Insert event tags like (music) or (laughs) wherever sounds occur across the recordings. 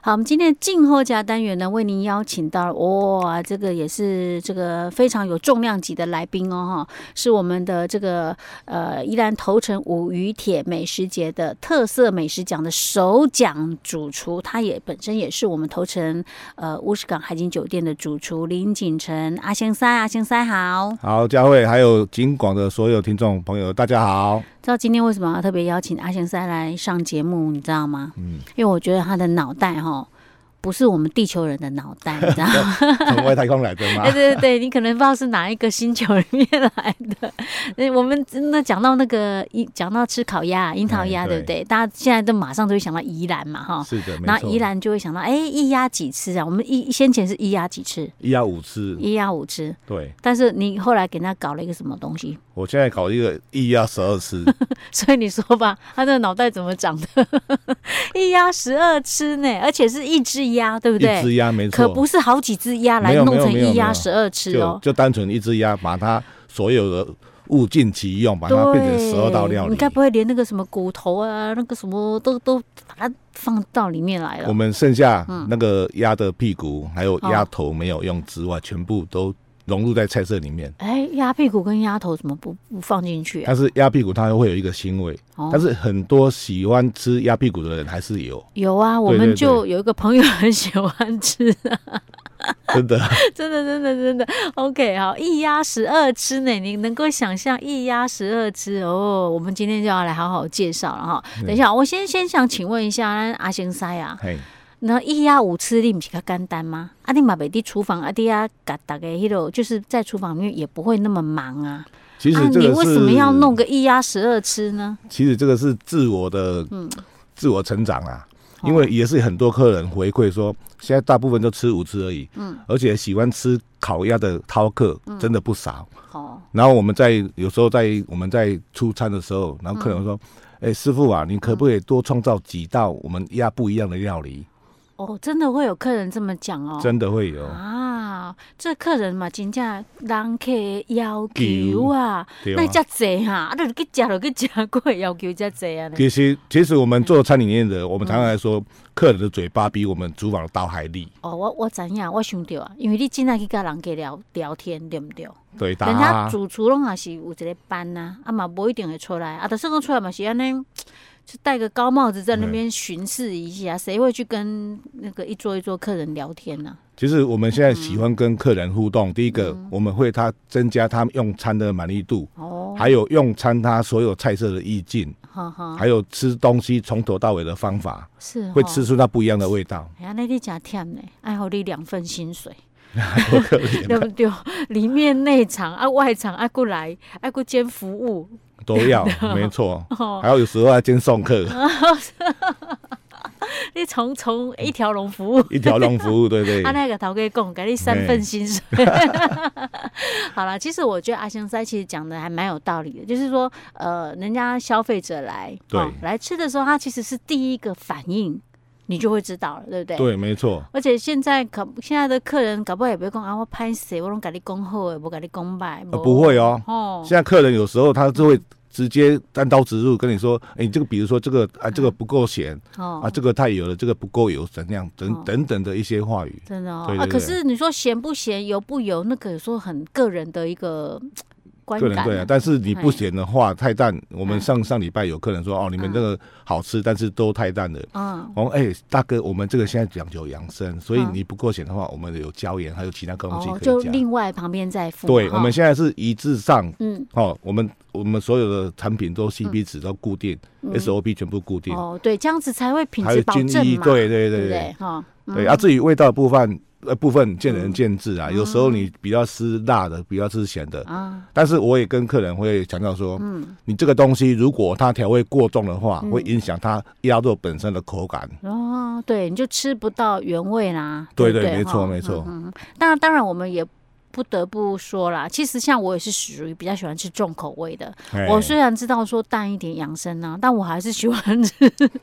好，我们今天的静候家单元呢，为您邀请到哇、这个也是这个非常有重量级的来宾哦，哈，是我们的这个呃宜兰头城五渔铁美食节的特色美食奖的首奖主厨，他也本身也是我们头城呃乌石港海景酒店的主厨林景成阿先生，阿先生好。好，佳慧，还有景广的所有听众朋友，大 (laughs) 家好。知道今天为什么要特别邀请阿贤塞来上节目，你知道吗？嗯，因为我觉得他的脑袋哈，不是我们地球人的脑袋，你知道吗？从外太空来的吗哎对？对对，你可能不知道是哪一个星球里面来的。呃我们真的讲到那个一讲到吃烤鸭、樱桃鸭，哎对对不对？大家现在都马上都会想到宜兰嘛，哈。是的，没然后错。哦宜兰就会想到，哎，一鸭几吃啊？我们一先前是一鸭几吃，一压五次，一鸭五吃，对但是你后来给他搞了一个什么东西？ (laughs) 我现在搞一个一压十二次，所以你说吧，他的脑袋怎么长的？ (laughs) 一鸭十二吃呢，而且是一只鸭，对不 (laughs) 一对？只鸭没可错，不是好几只鸭来没有弄成没有没有一鸭没有十二吃就哦。就单纯一只鸭，把它所有的物尽其用，把对，它变成十二道料理你。该不会连那个什么骨头啊，那个什么都都把它放到里面来我了？们剩下嗯那个鸭的屁股还有哦鸭头没有用之外，全部都融入在菜色里面。哎，鸭屁股跟鸭头怎么不不放进去啊？但是鸭屁股它会有一个腥味，哦但是很多喜欢吃鸭屁股的人还是有，有啊，我对们对就有一个朋友很喜欢吃， (laughs) 真的。真的真的真的。OK，好，一鸭十二吃呢，你能够想象一鸭十二吃哦？我们今天就要来好好介绍了哈。等一下，我先先想请问一下咱阿先生啊，嘿，那一鸭五吃你不是较简单吗？啊，你嘛袂伫厨房，啊，你啊，甲大家迄落就是在厨房里面也不会那么忙啊。其实啊，这你个为是、什么要弄个一鸭十二吃呢？其实这个是自我的，嗯自我成长啊。哦因为也是很多客人回馈说，现在大部分都吃五次而已，嗯，而且喜欢吃烤鸭的饕客嗯真的不少。哦，然后我们在有时候在我们在出餐的时候，然后客嗯人说：“哎、师傅啊，你可不可以多创造几道我们鸭不一样的料理哦，真的会有客人这么讲？”哦。真的会有，啊，这客人嘛，真正人客的要求啊，对那吗？遮济哈，啊，你去食就去食，过要求遮济啊呢。其实，其实我们做餐饮业的，我们嗯常常来说，客人的嘴巴比我们厨房的刀还利。哦，我我知影，我想着啊，因为你真正去甲人家聊聊天，对毋对？对，大人家家主厨拢也是有一个班呐、啊，啊嘛无一定会出来，啊，就算讲出来嘛是安尼，就戴个高帽子在那边巡视一下，谁会去跟那个一桌一桌客人聊天呐、其实我们现在喜欢跟客人互嗯动，第一个我们会他增加他用餐的满意度，哦，还有用餐他所有菜色的意境，哈哈，还有吃东西从头到尾的方法，是哦会吃。出它不一样的味道。哎呀，那你真忝呢，爱互你两份薪 (laughs) 水，哦好可怜，对不对？里面内场啊，外场啊，过来啊，过兼服务， (laughs) 都 (laughs) 要没错，哦还有有时候还兼送客，你从从一条龙服务。一条龙服务，对不对啊，？那个头家讲，给你三份薪水。 (laughs) 好了，其实我觉得阿香塞其实讲的还蛮有道理的，就是说，呃，人家消费者来哦对来吃的时候，他其实是第一个反应，你就会知道了，对不对？。对，没错，而且现在可现在的客人搞不好也不会讲啊，我拍谁，我拢给你讲好诶，不给你讲歹。呃不会哦。哦现，在客人有时候他就会直接单刀直入跟你说，哎，你这个比如说这个啊，这个不够咸嗯哦啊，这个太油了，这个不够油，怎样哦等等等的一些话语。真的哦对啊，对对可是你说咸不咸，油不油，那个有时候很个人的一个嗯观个感人啊、对啊，但是你不哎咸的话太淡。我嗯们上上礼拜有客人说，哦，你们嗯这个好吃，但是都太淡了。嗯，我说哎，大哥，我们这个现在讲究养生，所以嗯你不够咸的话，我们有椒盐，还有其他东西哦，就可以加。另外旁边再付嘛。对，哈我们现在是一致上嗯，哦，我们我们所有的产品都 CP 值都固定，SOP 全部固定，嗯哦，对，这样子才会品还质有保均证一，嘛，对对嗯对对不对对？哈，对。啊，至于味道的部分呃部分见嗯仁见智啊，有时候你比较吃辣的，比较吃咸的，啊，但是我也跟客人会强调说，嗯，你这个东西如果它调味过重的话，嗯会影响它鸭肉本身的口感。哦，对，你就吃不到原味啦。对对对不，没错哈嗯没错，当然，当然，我们也不得不说啦，其实像我也是属于比较喜欢吃重口味的。哎我虽然知道说淡一点养生啊，但我还是喜欢吃 (laughs)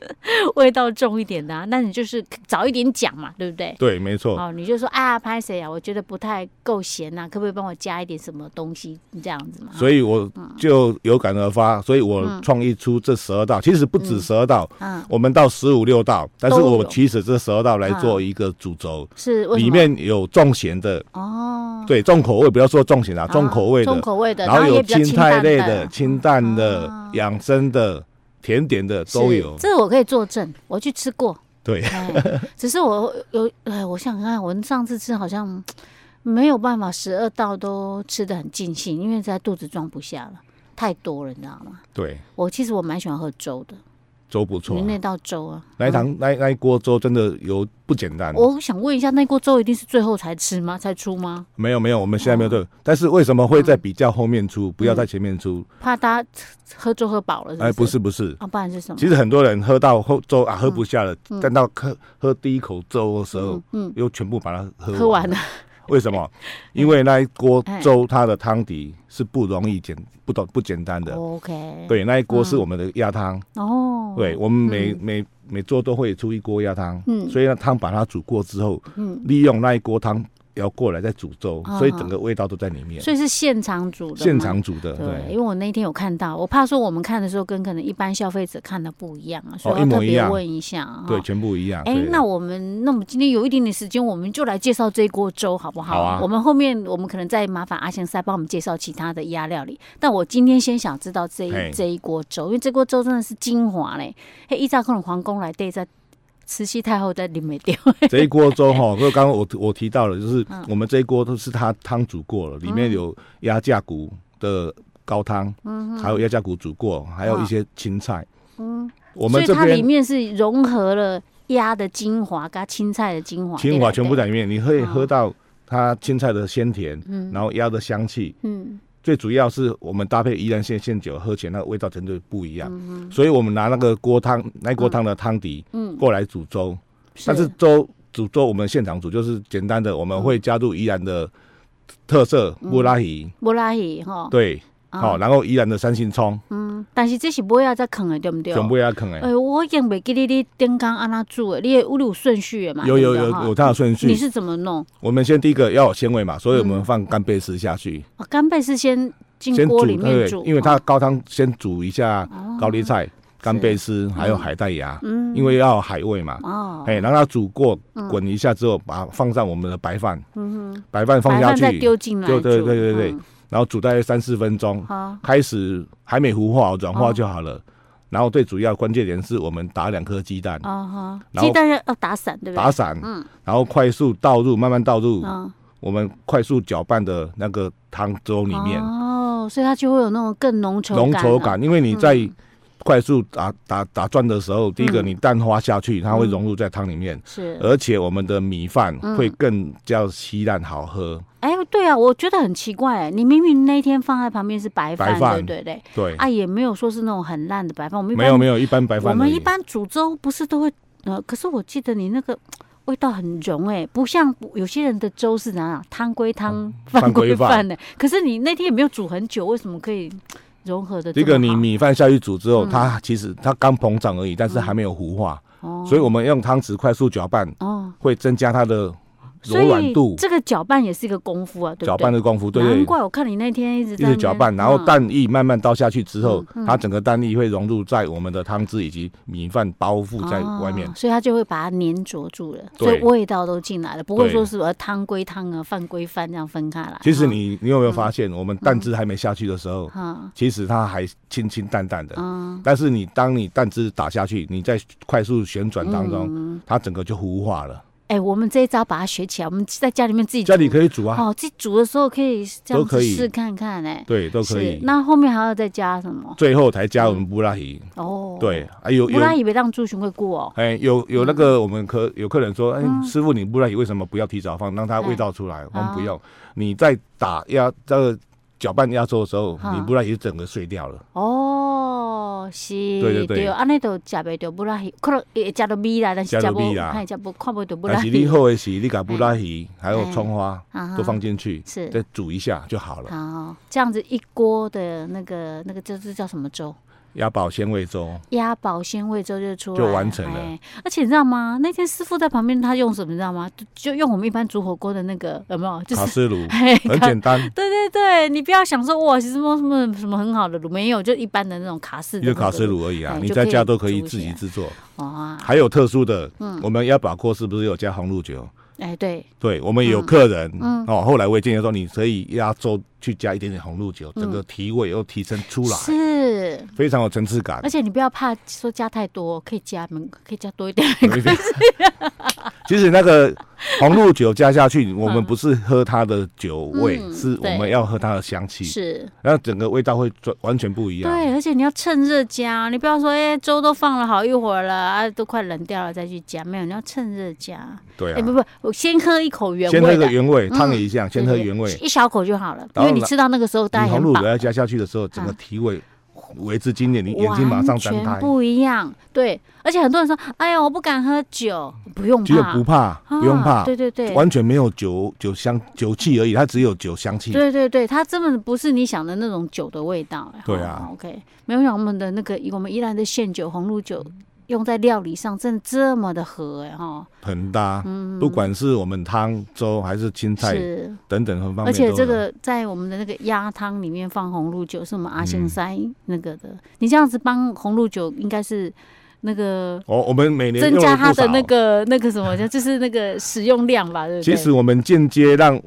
味道重一点的、啊。那你就是早一点讲嘛，对不对？对，没错，哦，你就说啊，拍谁啊？我觉得不太够咸呐、可不可以帮我加一点什么东西？这样子嘛。所以我就有感而发，所以我创意出这十二道，其实不止十二道，嗯，我们到十五六道，但是都有我起始这十二道来做一个主轴，是为什里么面有重咸的，哦，对，重口味，不要说重咸啊，重口味重的，口味的，然后也有比较青清菜淡类的、清淡的啊、养生的、甜点的都是有，这我可以作证，我去吃过。对哎，只是我有，哎，我想想看，我上次吃好像没有办法十二道都吃的很尽兴，因为实在肚子装不下了，太多了，你知道吗？对，我其实我蛮喜欢喝粥的，粥不错因为啊。那道粥啊，嗯那一堂那那一锅粥真的有不简单。我想问一下，那锅粥一定是最后才吃吗？才出吗？没有没有，我们现哦在没有这个，但是为什么会在比较后面嗯出，不要在前面出？怕大家喝粥喝饱了是哎，不不是不是，啊，不然是什么？其实很多人喝到后粥啊喝不下了，但到喝喝第一口粥的时候，嗯，又全部把它喝喝完哎了。了，为 (laughs) 什么？因为那一锅粥它的汤底是不容易简不懂不简单的。 OK，，对，那一锅是我们的鸭汤，嗯哦，对，我们每每每桌都会出一锅鸭汤，嗯所以那汤把它煮过之后，嗯利用那一锅汤舀过来再煮粥，啊所以整个味道都在里面。所以是现场煮的吗，现场煮的，对，因对为啊我那天有看到，我怕说我们看的时候跟可能一般消费者看的不一样啊，所以哦要一模特一别样问一下啊。对，全部一样。哎、对那我们那我们今天有一点点时间，我们就来介绍这一锅粥好不好？好啊我们后面我们可能再麻烦阿香塞帮我们介绍其他的鸭料理，但我今天先想知道这一嘿这一锅粥，因为这锅粥真的是精华嘞。嘿，依照可能皇宫来对在慈禧太后在里面掉， (laughs) 这一锅 (laughs) 粥哈，就刚刚我我提到了，就是嗯我们这一锅都是它汤煮过了，里面有鸭架骨的高汤，嗯还有鸭架骨煮过，还有一些青菜。我所们以这它里边面是融合了鸭的精华跟青菜的精华，清华全部在。在里面，你会嗯喝到它青菜的鲜甜，然后鸭的香气，嗯，最主要是我们搭配宜兰县现酒喝起来那个味道真的不一样，所以我们拿那个锅汤那锅汤的汤底，嗯过来煮粥。但是粥煮粥我们现场煮就是简单的，我们会加入宜兰的特色布拉提，布拉鱼哈，对，好，嗯啊，然后宜兰的三星葱，嗯，但是这是不要再啃的，对不对？全部要啃哎、哎，我已经袂记你你顶刚安那煮的，你的屋里有顺序的嘛？有有有对不对有它的顺你序。是怎么弄？我们先第一个要有鲜味嘛，所以我们放干贝丝下去，哦，干贝是先进先锅煮里面对煮，，因为哦它高汤先煮一下高丽菜、干贝丝还有海带芽，嗯因为要有海味嘛。哦，嗯哎，让它煮过滚一下之后，把它放上我们的白饭，白饭放白下饭去，再丢进来对煮，对对对对嗯，然后煮大概三四分钟，好，哦开始还没糊化，软化就好了。然后最主要关键点是我们打两颗鸡蛋，哦哈，然后鸡蛋要要打散，对不对？打散，然后快速倒入，慢慢倒入嗯，我们快速搅拌的那个汤粥里面，哦，所以它就会有那种更浓稠浓感、啊哦嗯稠。感，因为你在快速打打打转的时候，第一个嗯你蛋花下去，它会融入在汤里面。是，而且我们的米饭嗯会更加稀烂好喝，哎、对啊，我觉得很奇怪、你明明那天放在旁边是白饭，白饭对对对，对，啊，也没有说是那种很烂的白饭，我们一般没有没有一般白饭而已，我们一般煮粥不是都会呃，可是我记得你那个味道很浓哎、不像有些人的粥是哪汤归汤，饭饭嗯归归饭饭的、可是你那天也没有煮很久，为什么可以融合的？这个你米饭下去煮之后，嗯它其实它刚膨胀而已，但是还没有糊化，哦所以我们用汤匙快速搅拌，哦，会增加它的所柔软以度、这个搅拌也是一个功夫啊，对不对？搅拌的功夫，对难对怪我看你那嗯天一直一在直搅拌，然后蛋蛋液慢慢倒下去之后，嗯它整个蛋液会融入在我们的汤汁以及米饭包覆在外面。哦所以它就会把它粘着住了，对所以味道都进来了，不会对说是呃汤归汤啊，饭归饭这样分开来。其实哦你你有没有发现，我们蛋汁还没下去的时候，啊其实它还清清淡淡的。嗯但是你当你蛋汁打下去，你在快速旋转当中，嗯它整个就糊化了。哎、我们这一招把它学起来，我们在家里面自己家里煮可以煮啊，哦，自己煮的时候可以这样都可子以试看看哎、对，都可以是，。那后面还要再加什么？最后才加我们布拉提。哦，对，，啊有不有然以为让猪熊会过哦。哎有有那个我们客有客人说，哎嗯师傅你啊布拉提为什么不要提早放，让它味道出来？我们不用，你在打压这个搅拌压缩的时候，嗯你不然也整个碎掉了。哦，是，对对对安尼就食袂着布拉鱼，可能会食到米啦，但是吃食到无米，啦嘿，食无看不到布但拉是你鱼，后的是你把布拉鱼还有哎葱花啊哈都放进去，是再煮一下就好了。好，这样子一锅的那个那个，这是叫什么粥？鸭宝鲜味粥，鸭宝鲜味粥就出来就完成了哎而且你知道吗？那天师傅在旁边，他用什么？你知道吗？就就用我们一般煮火锅的那个，有没有？就卡是斯炉 (laughs) 嘿很卡简单，对对对，你不要想说哇，是什么什么什么很好的卤，没有，就一般的那种卡式的一个那卡个斯炉而已啊哎，你就在可以家都可以煮啊起自己来制作。哇，还有特殊的，嗯我们鸭宝锅是不是有加红露酒？哎对，对，我们有客人、嗯哦，后来我也建议说，你可以压粥去加一点点红露酒，整个提味又提升出来，嗯是，哎非常有层次感而。且你不要怕说加太多，可以加门可以加多一点， (laughs) 其实那个红露酒加下去，我们不是喝它的酒味，嗯是我们要喝它的香 (laughs) 气，是然后整个味道会转完全不一样。对，而且你要趁热加，你不要说哎、粥都放了好一会儿了啊，都快冷掉了再去加，没有，你要趁热加。对哎、啊不，不，我先喝一口原味先的，喝个原味，嗯汤也一样，先喝对对原味。一小口就好了，因然后为你吃到那个时候，大你家也红很露饱酒。要加下去的时候，整个提味为之经典，你眼睛马上张完全开，不一样。对，而且很多人说，哎呀，我不敢喝酒，不用只有怕，不怕，啊不用怕，对对对，完全没有酒酒香酒气而已，它只有酒香气。对对对，它真的不是你想的那种酒的味道。哎对啊哦，OK，没有想我们的那个我们宜兰的现酒红露酒用在料理上，真的这么的合哎哈，很搭。不管是我们汤粥还是青菜嗯是。等等，很方面。而且这，个在我们的那个鸭汤里面放红露酒，是我们阿信塞那个嗯的。你这样子帮红露酒，应该是那个哦，我们每年增用了加不它的少那。个那个什么，就是那个使用量吧，对不对？其实我们间接让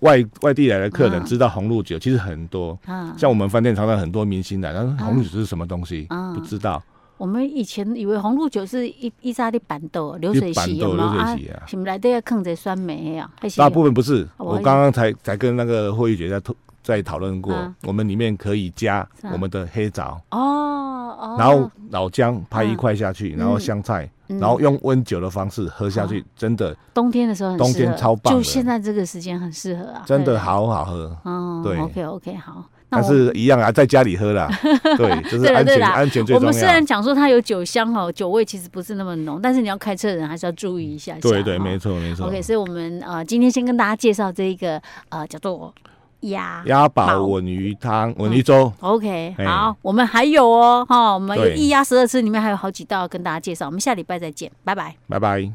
外外地来的客人嗯知道红露酒，其实很多。啊，像我们饭店常常很多明星来，他说啊红露酒是什么东西？啊不知道，我们以前以为红露酒是意意大利板豆流水一板席有豆没有流啊水？席啊。什么来都要坑着酸梅啊，还是大部分不是，哦我我刚刚才才跟那个霍玉姐在讨在讨论过啊，我们里面可以加是啊我们的黑枣，哦哦，然后老姜拍一块下去，嗯然后香菜，嗯啊然后用温酒的方式喝下去，真的冬天的时候很冬适合天超棒就的现在这个时间很适合啊，真对的好好喝。哦，对 OK OK 好，那但我是一样啊，在家里 (laughs) 喝啦，对，就是对啦安对全，啦安全最我重们虽要然。讲说它有酒香哦，酒味其实不是那么浓，但是你要开车的人还是要注意一下下。对对，哦没错没错 OK，。所以我们呃今天先跟大家介绍这一个呃叫做鸭。鸭宝啊好嗯文鱼汤、文鱼粥， OK，哎好，我们还有哦，哈，我们有对一鸭十二吃里面还有好几道要跟大家介绍，我们下礼拜再见，拜拜。拜拜。